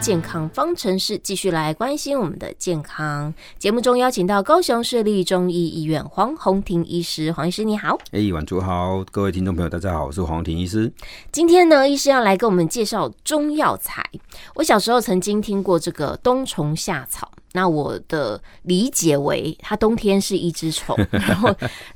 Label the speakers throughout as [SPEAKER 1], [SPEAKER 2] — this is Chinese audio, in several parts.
[SPEAKER 1] 健康方程式继续来关心我们的健康。节目中邀请到高雄市立中医医院黄宏庭医师，黄医师你好。
[SPEAKER 2] 哎，晚主好，各位听众朋友，大家好，我是黄庭医师。
[SPEAKER 1] 今天呢，医师要来给我们介绍中药材。我小时候曾经听过这个冬虫夏草，那我的理解为它冬天是一 只虫，然后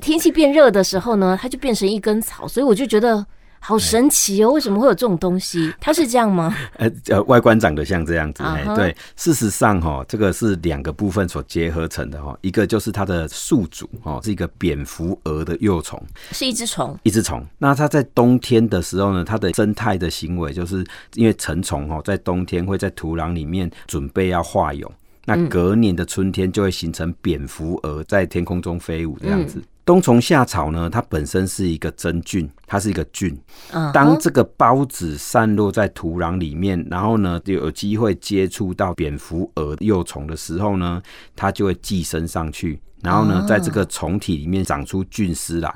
[SPEAKER 1] 天气变热的时候呢，它就变成一根草，所以我就觉得好神奇哦，为什么会有这种东西？它是这样吗？
[SPEAKER 2] 呃呃，外观长得像这样子，
[SPEAKER 1] 啊
[SPEAKER 2] 哎、
[SPEAKER 1] 哈
[SPEAKER 2] 对，事实上哈、这个是两个部分所结合成的哈、一个就是它的宿主哦，是一个蝙蝠蛾的幼虫，
[SPEAKER 1] 是一只虫。
[SPEAKER 2] 一只虫。那它在冬天的时候呢，它的生态的行为就是因为成虫哦，在冬天会在土壤里面准备要化蛹，那
[SPEAKER 1] 嗯
[SPEAKER 2] 隔年的春天就会形成蝙蝠蛾在天空中飞舞这
[SPEAKER 1] 嗯
[SPEAKER 2] 样子。冬虫夏草呢，它本身是一个真菌，它是一个菌，
[SPEAKER 1] 嗯哼，
[SPEAKER 2] 当这个孢子散落在土壤里面，然后呢有机会接触到蝙蝠蛾幼虫的时候呢，它就会寄生上去。然后呢
[SPEAKER 1] 哦，
[SPEAKER 2] 在这个虫体里面长出菌丝来，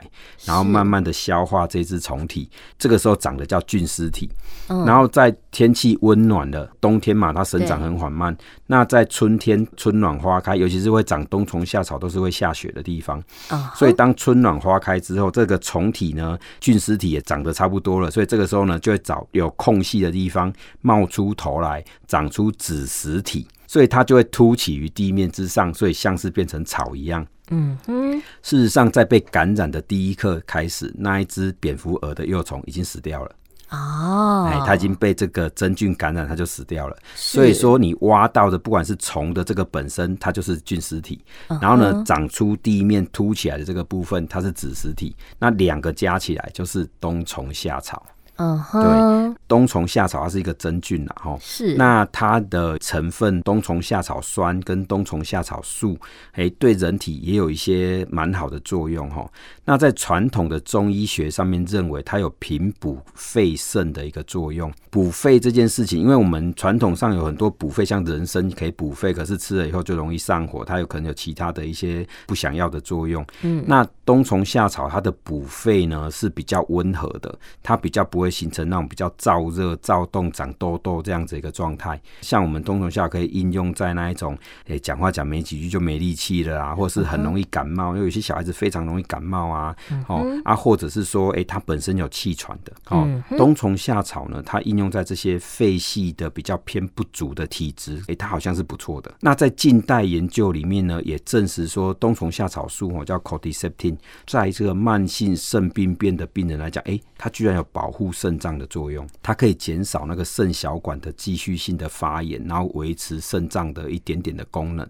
[SPEAKER 2] 然后
[SPEAKER 1] 是
[SPEAKER 2] 慢慢的消化这只虫体，这个时候长的叫菌丝体。
[SPEAKER 1] 嗯
[SPEAKER 2] 然后在天气温暖了，冬天嘛，它生长很缓慢。那在春天春暖花开，尤其是会长冬虫夏草，都是会下雪的地方。
[SPEAKER 1] 啊
[SPEAKER 2] 所以当春暖花开之后，这个虫体呢，菌丝体也长得差不多了，所以这个时候呢，就会找有空隙的地方冒出头来，长出子实体，所以它就会凸起于地面之上，所以像是变成草一样。
[SPEAKER 1] 嗯哼，
[SPEAKER 2] 事实上，在被感染的第一刻开始，那一只蝙蝠蛾的幼虫已经死掉了，
[SPEAKER 1] 哦，
[SPEAKER 2] 哎，它已经被这个真菌感染，它就死掉了。
[SPEAKER 1] 是
[SPEAKER 2] 所以说，你挖到的不管是虫的这个本身，它就是菌丝体，然后呢，长出地面凸起来的这个部分，它是子实体。那两个加起来就是冬虫夏草。
[SPEAKER 1] 嗯哼，
[SPEAKER 2] 冬虫夏草它是一个真菌啦，哈。
[SPEAKER 1] 是
[SPEAKER 2] 那它的成分冬虫夏草酸跟冬虫夏草素，哎，对人体也有一些蛮好的作用哈。那在传统的中医学上面认为它有平补肺肾的一个作用。补肺这件事情，因为我们传统上有很多补肺，像人参可以补肺，可是吃了以后就容易上火，它有可能有其他的一些不想要的作用。嗯，那冬虫夏草它的补肺呢是比较温和的，它比较不会形成那种比较燥热、躁动、长痘痘这样子一个状态。像我们冬虫夏草可以应用在那一种，诶、讲话讲没几句就没力气了啊，或者是很容易感冒，因为有些小孩子非常容易感冒啊，哦、啊，或者是说，诶、它本身有气喘的，哦，冬虫夏草呢，它应用在这些肺系的比较偏不足的体质，诶、它好像是不错的。那在近代研究里面呢，也证实说，冬虫夏草素哦叫 cordyceptin，在这个慢性肾病变的病人来讲，诶、它居然有保护肾脏的作用，它可以减少那个肾小管的继续性的发炎，然后维持肾脏的一点点的功能。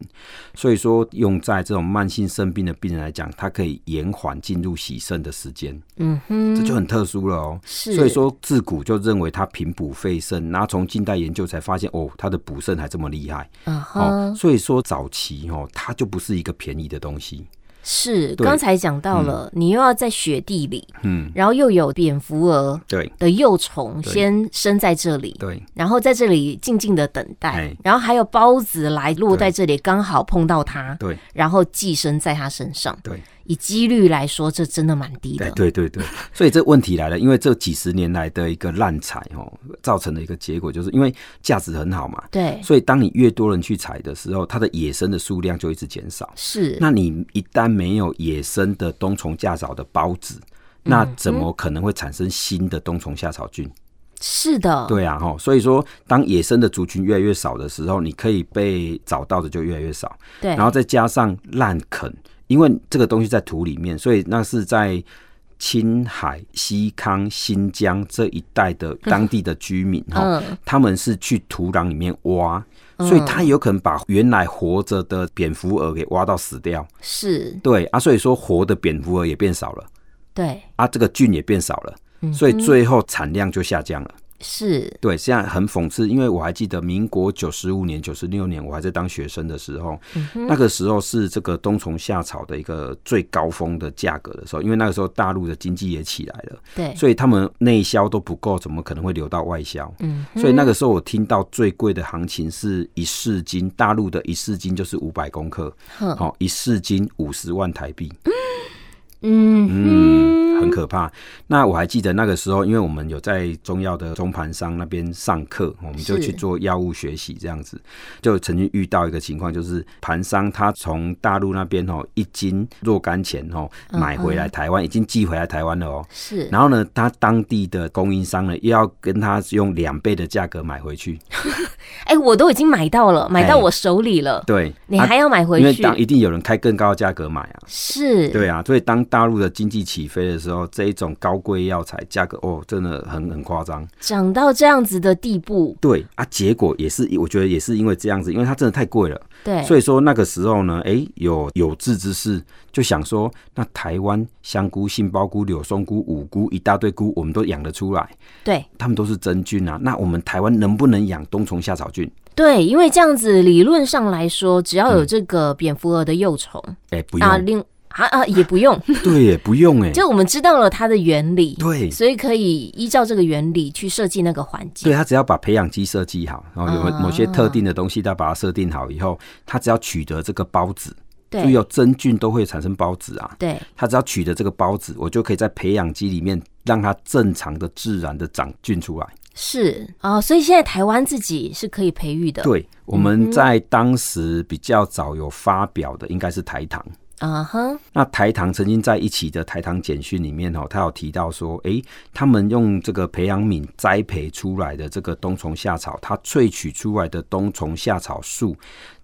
[SPEAKER 2] 所以说，用在这种慢性肾病的病人来讲，它可以延缓进入洗肾的时间，
[SPEAKER 1] 嗯哼，
[SPEAKER 2] 这就很特殊了哦。
[SPEAKER 1] 是，
[SPEAKER 2] 所以说，自古就认为它平补肺肾，然后从近代研究才发现，哦，它的补肾还这么厉害
[SPEAKER 1] 嗯哼，
[SPEAKER 2] 哦。所以说，早期哦，它就不是一个便宜的东西。
[SPEAKER 1] 是
[SPEAKER 2] 对
[SPEAKER 1] 刚才讲到了，你又要在雪地里，
[SPEAKER 2] 嗯，
[SPEAKER 1] 然后又有蝙蝠蛾
[SPEAKER 2] 对
[SPEAKER 1] 的幼虫
[SPEAKER 2] 对
[SPEAKER 1] 先生在这里。
[SPEAKER 2] 对
[SPEAKER 1] 然后在这里静静的等待
[SPEAKER 2] 哎，
[SPEAKER 1] 然后还有孢子来落在这里，刚好碰到它，
[SPEAKER 2] 对
[SPEAKER 1] 然后寄生在它身上。
[SPEAKER 2] 对。
[SPEAKER 1] 以几率来说，这真的蛮低的。
[SPEAKER 2] 哎对对对对，所以这问题来了，因为这几十年来的一个滥采哦，造成的一个结果就是因为价值很好嘛，
[SPEAKER 1] 对，
[SPEAKER 2] 所以当你越多人去采的时候，它的野生的数量就一直减少。
[SPEAKER 1] 是
[SPEAKER 2] 那你一旦没有野生的冬虫夏草的孢子，那怎么可能会产生新的冬虫夏草菌？
[SPEAKER 1] 是的，
[SPEAKER 2] 对啊，哈，所以说当野生的族群越来越少的时候，你可以被找到的就越来越少。
[SPEAKER 1] 对
[SPEAKER 2] 然后再加上滥垦，因为这个东西在土里面，所以那是在青海、西康、新疆这一带的当地的居民哈、
[SPEAKER 1] 嗯
[SPEAKER 2] 他们是去土壤里面挖，所以他有可能把原来活着的蝙蝠蛾给挖到死掉。
[SPEAKER 1] 是，
[SPEAKER 2] 对啊，所以说活的蝙蝠蛾也变少了
[SPEAKER 1] 对
[SPEAKER 2] 啊，这个菌也变少了，
[SPEAKER 1] 嗯
[SPEAKER 2] 所以最后产量就下降了。
[SPEAKER 1] 是，
[SPEAKER 2] 对，现在很讽刺，因为我还记得民国九十五年、九十六年，我还在当学生的时候，
[SPEAKER 1] 嗯
[SPEAKER 2] 那个时候是这个冬虫夏草的一个最高峰的价格的时候，因为那个时候大陆的经济也起来了，
[SPEAKER 1] 对，
[SPEAKER 2] 所以他们内销都不够，怎么可能会流到外销？
[SPEAKER 1] 嗯，
[SPEAKER 2] 所以那个时候我听到最贵的行情是一市斤，大陆的一市斤就是五百公克，
[SPEAKER 1] 哼
[SPEAKER 2] 好、一市斤五十万台币。
[SPEAKER 1] 嗯
[SPEAKER 2] 嗯可怕。那我还记得那个时候，因为我们有在中药的中盘商那边上课，我们就是去做药物学习这样子，就曾经遇到一个情况，就是盘商他从大陆那边哦一斤若干钱哦
[SPEAKER 1] 嗯
[SPEAKER 2] 买回来
[SPEAKER 1] 嗯
[SPEAKER 2] 台湾，已经寄回来台湾了哦。
[SPEAKER 1] 是，
[SPEAKER 2] 然后呢，他当地的供应商呢，又要跟他用两倍的价格买回去。
[SPEAKER 1] 哎、我都已经买到了，买到
[SPEAKER 2] 哎
[SPEAKER 1] 我手里了，
[SPEAKER 2] 对，
[SPEAKER 1] 你
[SPEAKER 2] 啊
[SPEAKER 1] 还要买回
[SPEAKER 2] 因为
[SPEAKER 1] 去？
[SPEAKER 2] 当一定有人开更高的价格买啊。
[SPEAKER 1] 是，
[SPEAKER 2] 对啊，所以当大陆的经济起飞的时候，这一种高贵药材价格哦，真的很很夸张。
[SPEAKER 1] 涨到这样子的地步，
[SPEAKER 2] 对啊，结果也是，我觉得也是因为这样子，因为它真的太贵了，
[SPEAKER 1] 对，
[SPEAKER 2] 所以说那个时候呢，哎、有有志之士就想说，那台湾香菇、杏鲍菇、柳松菇、五菇一大堆菇，我们都养得出来，
[SPEAKER 1] 对
[SPEAKER 2] 他们都是真菌啊，那我们台湾能不能养冬虫夏草菌？
[SPEAKER 1] 对，因为这样子理论上来说，只要有这个蝙蝠蛾的幼虫、
[SPEAKER 2] 哎、不
[SPEAKER 1] 啊，
[SPEAKER 2] 用，
[SPEAKER 1] 另啊啊也不用，
[SPEAKER 2] 对耶，不用哎、
[SPEAKER 1] 就我们知道了它的原理，
[SPEAKER 2] 对。
[SPEAKER 1] 所以可以依照这个原理去设计那个环
[SPEAKER 2] 对
[SPEAKER 1] 境。
[SPEAKER 2] 他只要把培养基设计好，然后有
[SPEAKER 1] 啊
[SPEAKER 2] 某些特定的东西，他把它设定好以后，他只要取得这个孢子，
[SPEAKER 1] 对
[SPEAKER 2] 注意哦，真菌都会产生孢子啊。
[SPEAKER 1] 对
[SPEAKER 2] 它只要取得这个孢子，我就可以在培养基里面让它正常的、自然的长菌出来。
[SPEAKER 1] 是哦，所以现在台湾自己是可以培育的。
[SPEAKER 2] 对，我们在当时比较早有发表的应该是台糖。
[SPEAKER 1] 啊哈，
[SPEAKER 2] 那台糖曾经在一起的台糖简讯里面哦，他有提到说，诶、他们用这个培养皿栽培出来的这个冬虫夏草，它萃取出来的冬虫夏草素，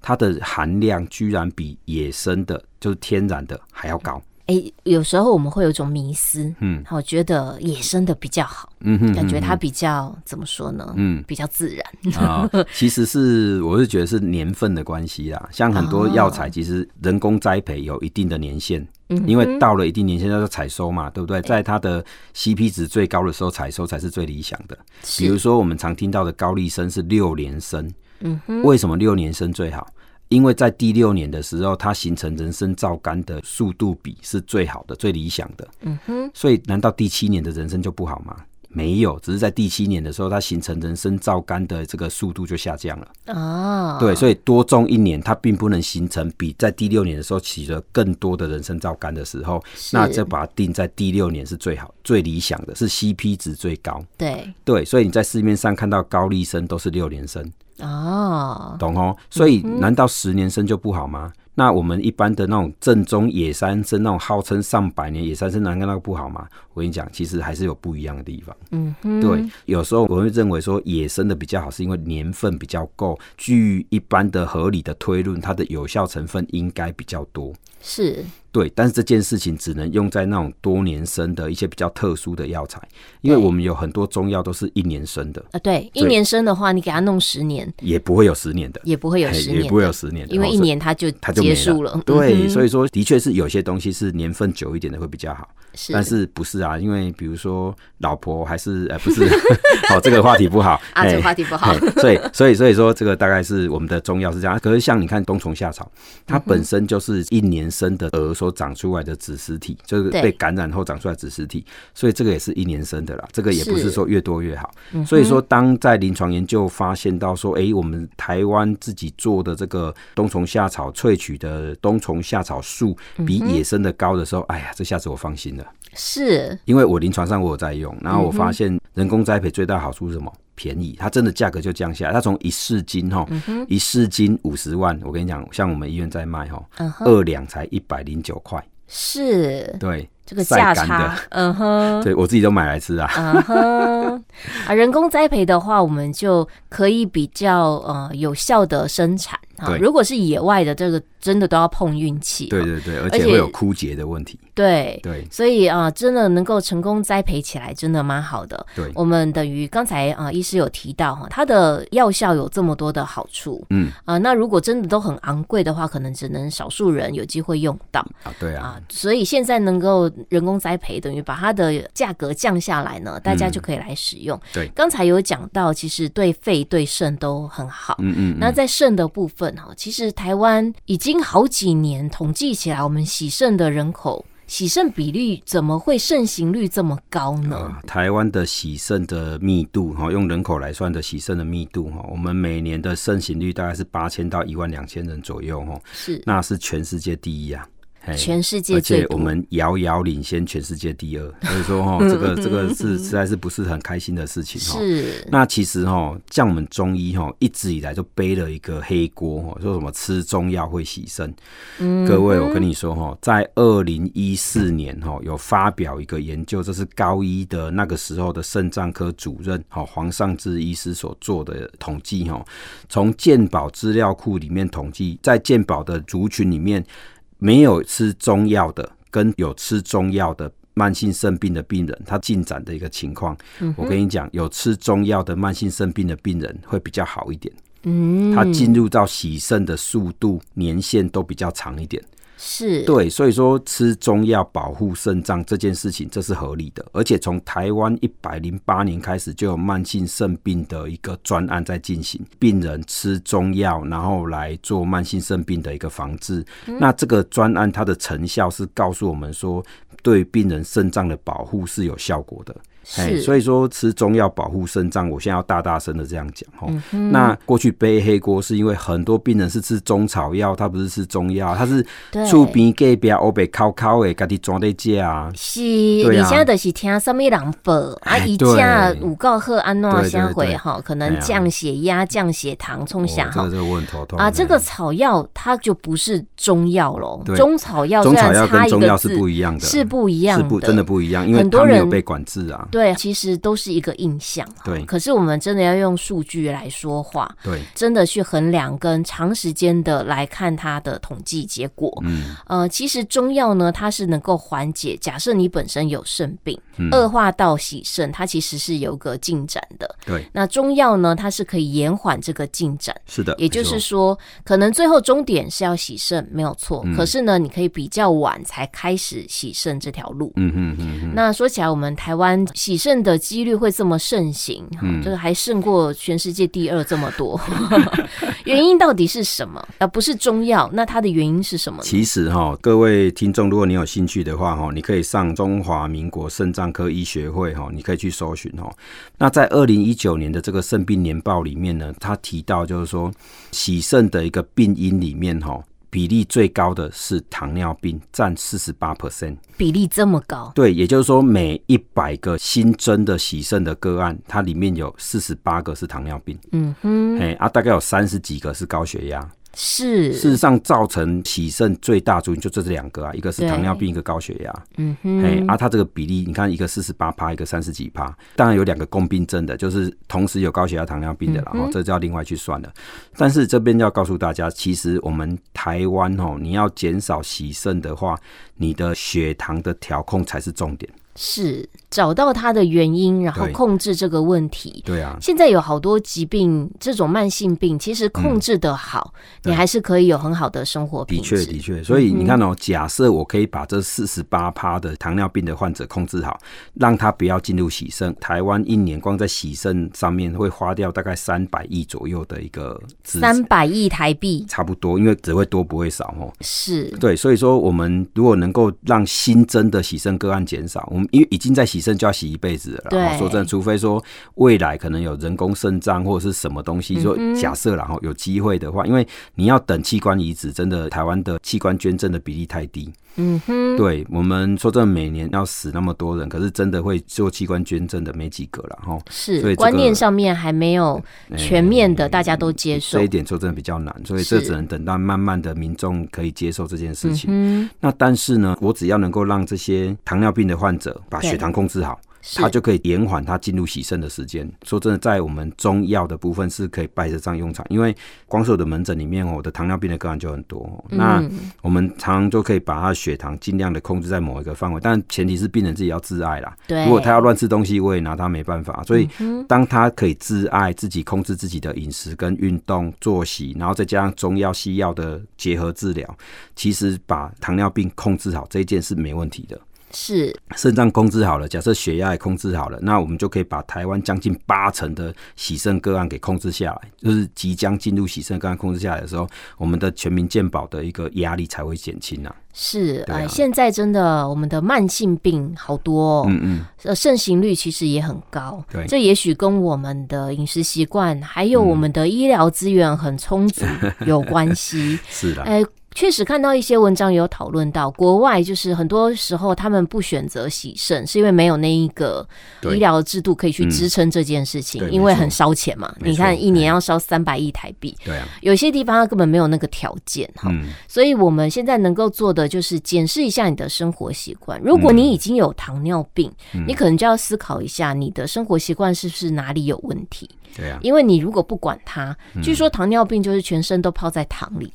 [SPEAKER 2] 它的含量居然比野生的，就是天然的还要高。
[SPEAKER 1] 哎、有时候我们会有一种迷思，
[SPEAKER 2] 嗯
[SPEAKER 1] 好，觉得野生的比较好，
[SPEAKER 2] 嗯哼
[SPEAKER 1] 感觉它比较怎么说呢？
[SPEAKER 2] 嗯
[SPEAKER 1] 比较自然。
[SPEAKER 2] 啊、其实是我是觉得是年份的关系啦，像很多药材其实人工栽培有一定的年限，因为到了一定年限要采收嘛，对不对？在它的 CP 值最高的时候采收才是最理想的。比如
[SPEAKER 1] 是
[SPEAKER 2] 说我们常听到的高丽参是六年生，嗯为什么六年生最好？因为在第六年的时候，它形成人参皂苷的速度比是最好的、最理想的。嗯哼，所以难道第七年的人参就不好吗？没有，只是在第七年的时候，它形成人参皂苷的这个速度就下降了。
[SPEAKER 1] 啊，
[SPEAKER 2] 对，所以多种一年，它并不能形成比在第六年的时候起了更多的人参皂苷的时候，
[SPEAKER 1] 是
[SPEAKER 2] 那这把它定在第六年是最好、最理想的，是 CP 值最高。
[SPEAKER 1] 对
[SPEAKER 2] 对，所以你在市面上看到高丽参都是六年生，
[SPEAKER 1] 哦，
[SPEAKER 2] 懂哦？所以难道十年生就不好吗？那我们一般的那种正宗野山参，那种号称上百年野山参，难道那个不好吗？我跟你讲，其实还是有不一样的地方。
[SPEAKER 1] 嗯哼，
[SPEAKER 2] 对，有时候我会认为说野生的比较好，是因为年份比较够。据一般的合理的推论，它的有效成分应该比较多。
[SPEAKER 1] 是
[SPEAKER 2] 对，但是这件事情只能用在那种多年生的一些比较特殊的药材，因为
[SPEAKER 1] 对
[SPEAKER 2] 我们有很多中药都是一年生的，
[SPEAKER 1] 啊，对，一
[SPEAKER 2] 对
[SPEAKER 1] 年生的话，你给它弄十年
[SPEAKER 2] 也不会有十年的，
[SPEAKER 1] 也不会有
[SPEAKER 2] 嘿
[SPEAKER 1] 十年
[SPEAKER 2] 哎也不会有
[SPEAKER 1] 的，
[SPEAKER 2] 十年的，
[SPEAKER 1] 因为
[SPEAKER 2] 哦
[SPEAKER 1] 一年它就
[SPEAKER 2] 它就没
[SPEAKER 1] 结束了。嗯
[SPEAKER 2] 对，所
[SPEAKER 1] 以
[SPEAKER 2] 以说的确是有些东西是年份久一点的会比较好，
[SPEAKER 1] 是
[SPEAKER 2] 但是不是啊？因为比如说老婆还是呃不是， 好、这个话题不好
[SPEAKER 1] 啊，这
[SPEAKER 2] 嘿
[SPEAKER 1] 个话题不好
[SPEAKER 2] 嘿。所以所以所以说这个大概是我们的中药是这样。可是像你看冬虫夏草，它本身就是一年生的蛾所长出来的子实体，就是
[SPEAKER 1] 对
[SPEAKER 2] 被感染后长出来的子实体，所以这个也是一年生的啦。这个也不
[SPEAKER 1] 是
[SPEAKER 2] 是说越多越好。
[SPEAKER 1] 嗯
[SPEAKER 2] 所以说，当在临床研究发现到说，诶，我们台湾自己做的这个冬虫夏草萃取的冬虫夏草素比
[SPEAKER 1] 嗯
[SPEAKER 2] 野生的高的时候，哎呀，这下子我放心了。
[SPEAKER 1] 是
[SPEAKER 2] 因为我临床上我有在用，然
[SPEAKER 1] 嗯
[SPEAKER 2] 后我发现人工栽培最大好处是什么？便宜，它真的价格就降下来。它从一市斤哈，
[SPEAKER 1] 嗯
[SPEAKER 2] 一市斤五十万，我跟你讲，像我们医院在卖哈，
[SPEAKER 1] 嗯哼，
[SPEAKER 2] 二两才一百零九块，
[SPEAKER 1] 是
[SPEAKER 2] 对
[SPEAKER 1] 这个
[SPEAKER 2] 晒
[SPEAKER 1] 价
[SPEAKER 2] 干
[SPEAKER 1] 差，嗯哼。
[SPEAKER 2] 对，我自己都买来吃啊。
[SPEAKER 1] 嗯哼，啊，人工栽培的话，我们就可以比较呃有效的生产啊。
[SPEAKER 2] 对
[SPEAKER 1] 如果是野外的，这个真的都要碰运气啊。
[SPEAKER 2] 对对对，而
[SPEAKER 1] 而
[SPEAKER 2] 且
[SPEAKER 1] 且
[SPEAKER 2] 会有枯竭的问题。
[SPEAKER 1] 对，
[SPEAKER 2] 对
[SPEAKER 1] 所以啊、呃真的能够成功栽培起来，真的蛮好的。
[SPEAKER 2] 对，
[SPEAKER 1] 我们等于刚才啊、呃医师有提到哈，它的药效有这么多的好处
[SPEAKER 2] 嗯
[SPEAKER 1] 啊、呃那如果真的都很昂贵的话，可能只能少数人有机会用到
[SPEAKER 2] 啊，对啊
[SPEAKER 1] 啊、，所以现在能够人工栽培，等于把它的价格降下来呢，大家就可以来使用。
[SPEAKER 2] 对
[SPEAKER 1] 刚才有讲到，其实对肺对肾都很好。
[SPEAKER 2] 嗯嗯，
[SPEAKER 1] 那
[SPEAKER 2] 嗯
[SPEAKER 1] 在肾的部分哈，其实台湾已经好几年统计起来，我们洗肾的人口洗肾比率怎么会盛行率这么高呢？
[SPEAKER 2] 啊台湾的洗肾的密度哈，用人口来算的洗肾的密度哈，我们每年的盛行率大概是八千到一万两千人左右哈，
[SPEAKER 1] 是
[SPEAKER 2] 那是全世界第一啊。嘿
[SPEAKER 1] 全世界
[SPEAKER 2] 而
[SPEAKER 1] 最
[SPEAKER 2] 且我
[SPEAKER 1] 多。嗯
[SPEAKER 2] 们遥遥领先全世界第二，所以说哈、这个这个是实在是不是很开心的事情哈、
[SPEAKER 1] 是
[SPEAKER 2] 哦那其实哈，像我们中医哈，一直以来就背了一个黑锅哈，说什么吃中药会洗肾。
[SPEAKER 1] 嗯
[SPEAKER 2] 各位，我跟你说哈，在二零一四年哈，有发表一个研究，这是高一的那个时候的肾脏科主任哈黄尚志医师所做的统计哈，从健保资料库里面统计，在健保的族群里面，没有吃中药的跟有吃中药的慢性肾病的病人，他进展的一个情况。
[SPEAKER 1] 嗯
[SPEAKER 2] 我跟你讲，有吃中药的慢性肾病的病人会比较好一点，
[SPEAKER 1] 嗯，
[SPEAKER 2] 他进入到洗肾的速度、年限都比较长一点。
[SPEAKER 1] 是
[SPEAKER 2] 对，所以说吃中药保护肾脏这件事情，这是合理的。而且从台湾一百零八年开始，就有慢性肾病的一个专案在进行，病人吃中药，然后来做慢性肾病的一个防治。那这个专案它的成效是告诉我们说，对病人肾脏的保护是有效果的。哎，
[SPEAKER 1] 是，
[SPEAKER 2] 所以说吃中药保护肾脏，我现在要大大声的这样讲哦。
[SPEAKER 1] 嗯
[SPEAKER 2] 那过去背黑锅是因为很多病人是吃中草药，他不是吃中药，他是
[SPEAKER 1] 对
[SPEAKER 2] 厝边隔壁欧北靠靠诶，家己装在家啊。
[SPEAKER 1] 是，
[SPEAKER 2] 对
[SPEAKER 1] 你
[SPEAKER 2] 啊
[SPEAKER 1] 现在就是听什么人报啊？
[SPEAKER 2] 哎
[SPEAKER 1] 一
[SPEAKER 2] 对
[SPEAKER 1] 架五告喝安诺相
[SPEAKER 2] 对
[SPEAKER 1] 回
[SPEAKER 2] 对对
[SPEAKER 1] 哈，可
[SPEAKER 2] 哎
[SPEAKER 1] 能
[SPEAKER 2] 呀
[SPEAKER 1] 降血压、降血糖、冲下
[SPEAKER 2] 哦
[SPEAKER 1] 哈
[SPEAKER 2] 这个这。个我很头痛
[SPEAKER 1] 啊，这个
[SPEAKER 2] 嗯
[SPEAKER 1] 草药它就不是中药喽，
[SPEAKER 2] 对
[SPEAKER 1] 中草药虽
[SPEAKER 2] 中草
[SPEAKER 1] 然
[SPEAKER 2] 药
[SPEAKER 1] 差
[SPEAKER 2] 跟
[SPEAKER 1] 一
[SPEAKER 2] 中
[SPEAKER 1] 个
[SPEAKER 2] 药
[SPEAKER 1] 字
[SPEAKER 2] 是不一样的，
[SPEAKER 1] 是不一样
[SPEAKER 2] 是不真的不一样，因为
[SPEAKER 1] 很多
[SPEAKER 2] 它没有
[SPEAKER 1] 人
[SPEAKER 2] 被管制啊。
[SPEAKER 1] 对，其实都是一个印象。啊
[SPEAKER 2] 对
[SPEAKER 1] 可是我们真的要用数据来说话，
[SPEAKER 2] 对，
[SPEAKER 1] 真的去衡量跟长时间的来看它的统计结果。
[SPEAKER 2] 嗯，
[SPEAKER 1] 呃，其实中药呢，它是能够缓解。假设你本身有肾病，
[SPEAKER 2] 嗯
[SPEAKER 1] 恶化到洗肾，它其实是有个进展的。
[SPEAKER 2] 对，
[SPEAKER 1] 那中药呢，它是可以延缓这个进展。
[SPEAKER 2] 是的，
[SPEAKER 1] 也就是
[SPEAKER 2] 呃没错
[SPEAKER 1] 说，可能最后终点是要洗肾，没有错。
[SPEAKER 2] 嗯
[SPEAKER 1] 可是呢，你可以比较晚才开始洗肾这条路。
[SPEAKER 2] 嗯嗯嗯嗯，
[SPEAKER 1] 那说起来，我们台湾洗肾的几率会这么盛行，哈
[SPEAKER 2] 嗯
[SPEAKER 1] 就是还胜过全世界第二这么 多。 原因到底是什么？而、不是中药，那它的原因是什么呢？
[SPEAKER 2] 其实哈、各位听众，如果你有兴趣的话哈、你可以上中华民国肾脏科医学会哈、你可以去搜寻哈、那在二零一九年的这个肾病年报里面呢，他提到就是说，洗肾的一个病因里面哈、比例最高的是糖尿病，占四十八 percent。
[SPEAKER 1] 比例这么高，
[SPEAKER 2] 对，也就是说，每一百个新增的洗肾的个案，它里面有四十八个是糖尿病，
[SPEAKER 1] 嗯哼，
[SPEAKER 2] 哎、啊，大概有三十几个是高血压。
[SPEAKER 1] 是，
[SPEAKER 2] 事实，上，造成洗肾最大族群就这两个啊，一个是
[SPEAKER 1] 对
[SPEAKER 2] 糖尿病，一个高血压。
[SPEAKER 1] 嗯
[SPEAKER 2] 哎、
[SPEAKER 1] 哼，
[SPEAKER 2] 啊，它这个比例，你看一个四十八趴，一个三十几趴。当然有两个共病症的，就是同时有高血压、糖尿病的啦，然
[SPEAKER 1] 嗯
[SPEAKER 2] 后、
[SPEAKER 1] 哼
[SPEAKER 2] 这就要另外去算了。但是这边要告诉大家，其实我们台湾哦，你要减少洗肾的话，你的血糖的调控才是重点。
[SPEAKER 1] 是找到它的原因，然后
[SPEAKER 2] 对
[SPEAKER 1] 控制这个问题。
[SPEAKER 2] 对啊，
[SPEAKER 1] 现在有好多疾病，这种慢性病其实控制得好，你
[SPEAKER 2] 嗯对
[SPEAKER 1] 还是可以有很好的生活
[SPEAKER 2] 的
[SPEAKER 1] 品质。
[SPEAKER 2] 确，的确，所以你看哦、假设我可以把这四十八趴的糖尿病的患者控制好，让他不要进入洗肾，台湾一年光在洗肾上面会花掉大概三百亿左右的一个资
[SPEAKER 1] 三百亿台币
[SPEAKER 2] 差不多，因为只会多不会少哦。
[SPEAKER 1] 是
[SPEAKER 2] 对，所以说我们如果能够让新增的洗肾个案减少，我们因为已经在洗肾就要洗一辈子了啦。
[SPEAKER 1] 对嗯
[SPEAKER 2] 哦说真的，除非说未来可能有人工肾脏或者是什么东西，说
[SPEAKER 1] 嗯哼
[SPEAKER 2] 假设然后有机会的话，因为你要等器官移植，真的台湾的器官捐赠的比例太低。
[SPEAKER 1] 嗯哼，
[SPEAKER 2] 对我们说真的，每年要死那么多人，可是真的会做器官捐赠的没几个了哈。哦
[SPEAKER 1] 是、
[SPEAKER 2] 所以这
[SPEAKER 1] 观念
[SPEAKER 2] 个
[SPEAKER 1] 上面还没有
[SPEAKER 2] 哎
[SPEAKER 1] 全面的大家都接受
[SPEAKER 2] 这一。点说真的比较难，所以
[SPEAKER 1] 是
[SPEAKER 2] 这只能等到慢慢的民众可以接受这件事情。
[SPEAKER 1] 嗯哼，
[SPEAKER 2] 那但是呢，我只要能够让这些糖尿病的患者把
[SPEAKER 1] 对
[SPEAKER 2] 血糖控制好，
[SPEAKER 1] 是
[SPEAKER 2] 他就可以延缓他进入洗肾的时间。说真的，在我们中药的部分是可以派得上用场，因为光是我的门诊里面哦，我的糖尿病的个案就很多哦。那
[SPEAKER 1] 嗯、
[SPEAKER 2] 我们常常就可以把他的血糖尽量的控制在某一个范围，但前提是病人自己要自爱啦。
[SPEAKER 1] 对，
[SPEAKER 2] 如果他要乱吃东西，我也拿他没办法。所以，当他可以自爱，自己控制自己的饮食跟运动、作息，然后再加上中药、西药的结合治疗，其实把糖尿病控制好这一件是没问题的。
[SPEAKER 1] 是
[SPEAKER 2] 肾脏控制好了，假设血压也控制好了，那我们就可以把台湾将近八成的洗肾个案给控制下来，就是即将进入洗肾个案控制下来的时候，我们的全民健保的一个压力才会减轻啊。
[SPEAKER 1] 是，
[SPEAKER 2] 对
[SPEAKER 1] 呃，
[SPEAKER 2] 啊
[SPEAKER 1] 现在真的我们的慢性病好多、哦，
[SPEAKER 2] 嗯嗯，
[SPEAKER 1] 呃，盛行率其实也很高。
[SPEAKER 2] 对嗯
[SPEAKER 1] 这也许跟我们的饮食习惯，还有我们的医疗资源很充足有关系。
[SPEAKER 2] 是啦，
[SPEAKER 1] 呃，确实看到一些文章有讨论到，国外就是很多时候他们不选择洗肾，是因为没有那一个
[SPEAKER 2] 对
[SPEAKER 1] 医疗制度可以去支撑这件事情，
[SPEAKER 2] 嗯对
[SPEAKER 1] 因为
[SPEAKER 2] 没错
[SPEAKER 1] 很烧钱嘛。
[SPEAKER 2] 没错
[SPEAKER 1] 你看一年要烧三百亿台币，
[SPEAKER 2] 对啊，
[SPEAKER 1] 有些地方它根本没有那个条件哈。
[SPEAKER 2] 嗯，
[SPEAKER 1] 所以我们现在能够做的就是检视一下你的生活习惯。如果
[SPEAKER 2] 嗯
[SPEAKER 1] 你已经有糖尿病，你可能就要思考一下你的生活习惯是不是哪里有问题。
[SPEAKER 2] 对啊，
[SPEAKER 1] 因为你如果不管它，
[SPEAKER 2] 嗯
[SPEAKER 1] 据说糖尿病就是全身都泡在糖里。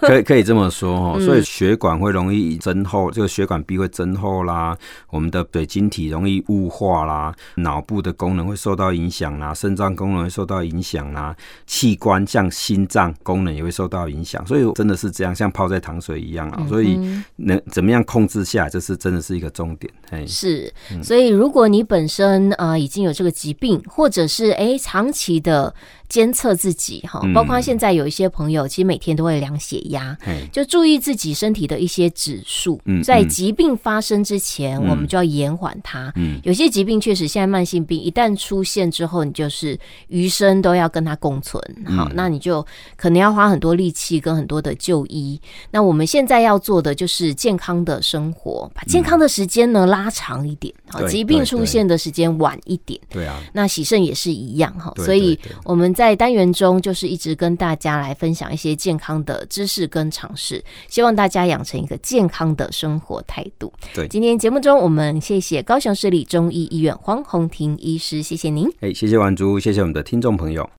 [SPEAKER 2] 可以可以这么说哦，所以血管会容易增厚，这个血管壁会增厚啦，我们的水晶体容易雾化啦，脑部的功能会受到影响啦，肾脏功能会受到影响啦，器官像心脏功能也会受到影响，所以真的是这样，像泡在糖水一样啊，所以能怎么样控制下来，这是真的是一个重点，哎，
[SPEAKER 1] 是，所以如果你本身啊、呃已经有这个疾病，或者是诶长期的监测自己哈，
[SPEAKER 2] 嗯
[SPEAKER 1] 包括现在有一些朋友其实每天都会量血压，
[SPEAKER 2] 嘿，
[SPEAKER 1] 就注意自己身体的一些指数，
[SPEAKER 2] 嗯
[SPEAKER 1] 在
[SPEAKER 2] 嗯
[SPEAKER 1] 疾病发生之前，
[SPEAKER 2] 嗯
[SPEAKER 1] 我们就要延缓它。
[SPEAKER 2] 嗯
[SPEAKER 1] 有些疾病确实现在慢性病一旦出现之后，你就是余生都要跟它共存。好，
[SPEAKER 2] 嗯
[SPEAKER 1] 那你就可能要花很多力气跟很多的就医。那我们现在要做的就是健康的生活，把健康的时间呢拉长一点，好，
[SPEAKER 2] 嗯对
[SPEAKER 1] 疾病
[SPEAKER 2] 对
[SPEAKER 1] 出
[SPEAKER 2] 对
[SPEAKER 1] 现的时间晚一点。
[SPEAKER 2] 对啊，
[SPEAKER 1] 那喜肾也是一样哈，
[SPEAKER 2] 对
[SPEAKER 1] 所以
[SPEAKER 2] 对对
[SPEAKER 1] 我们在单元中就是一直跟大家来分享一些健康的知识跟常识，希望大家养成一个健康的生活态度。
[SPEAKER 2] 对
[SPEAKER 1] 今天节目中我们谢谢高雄市立中医医院黄宏庭医师，谢谢您。
[SPEAKER 2] 哎，谢谢婉珠，谢谢我们的听众朋友。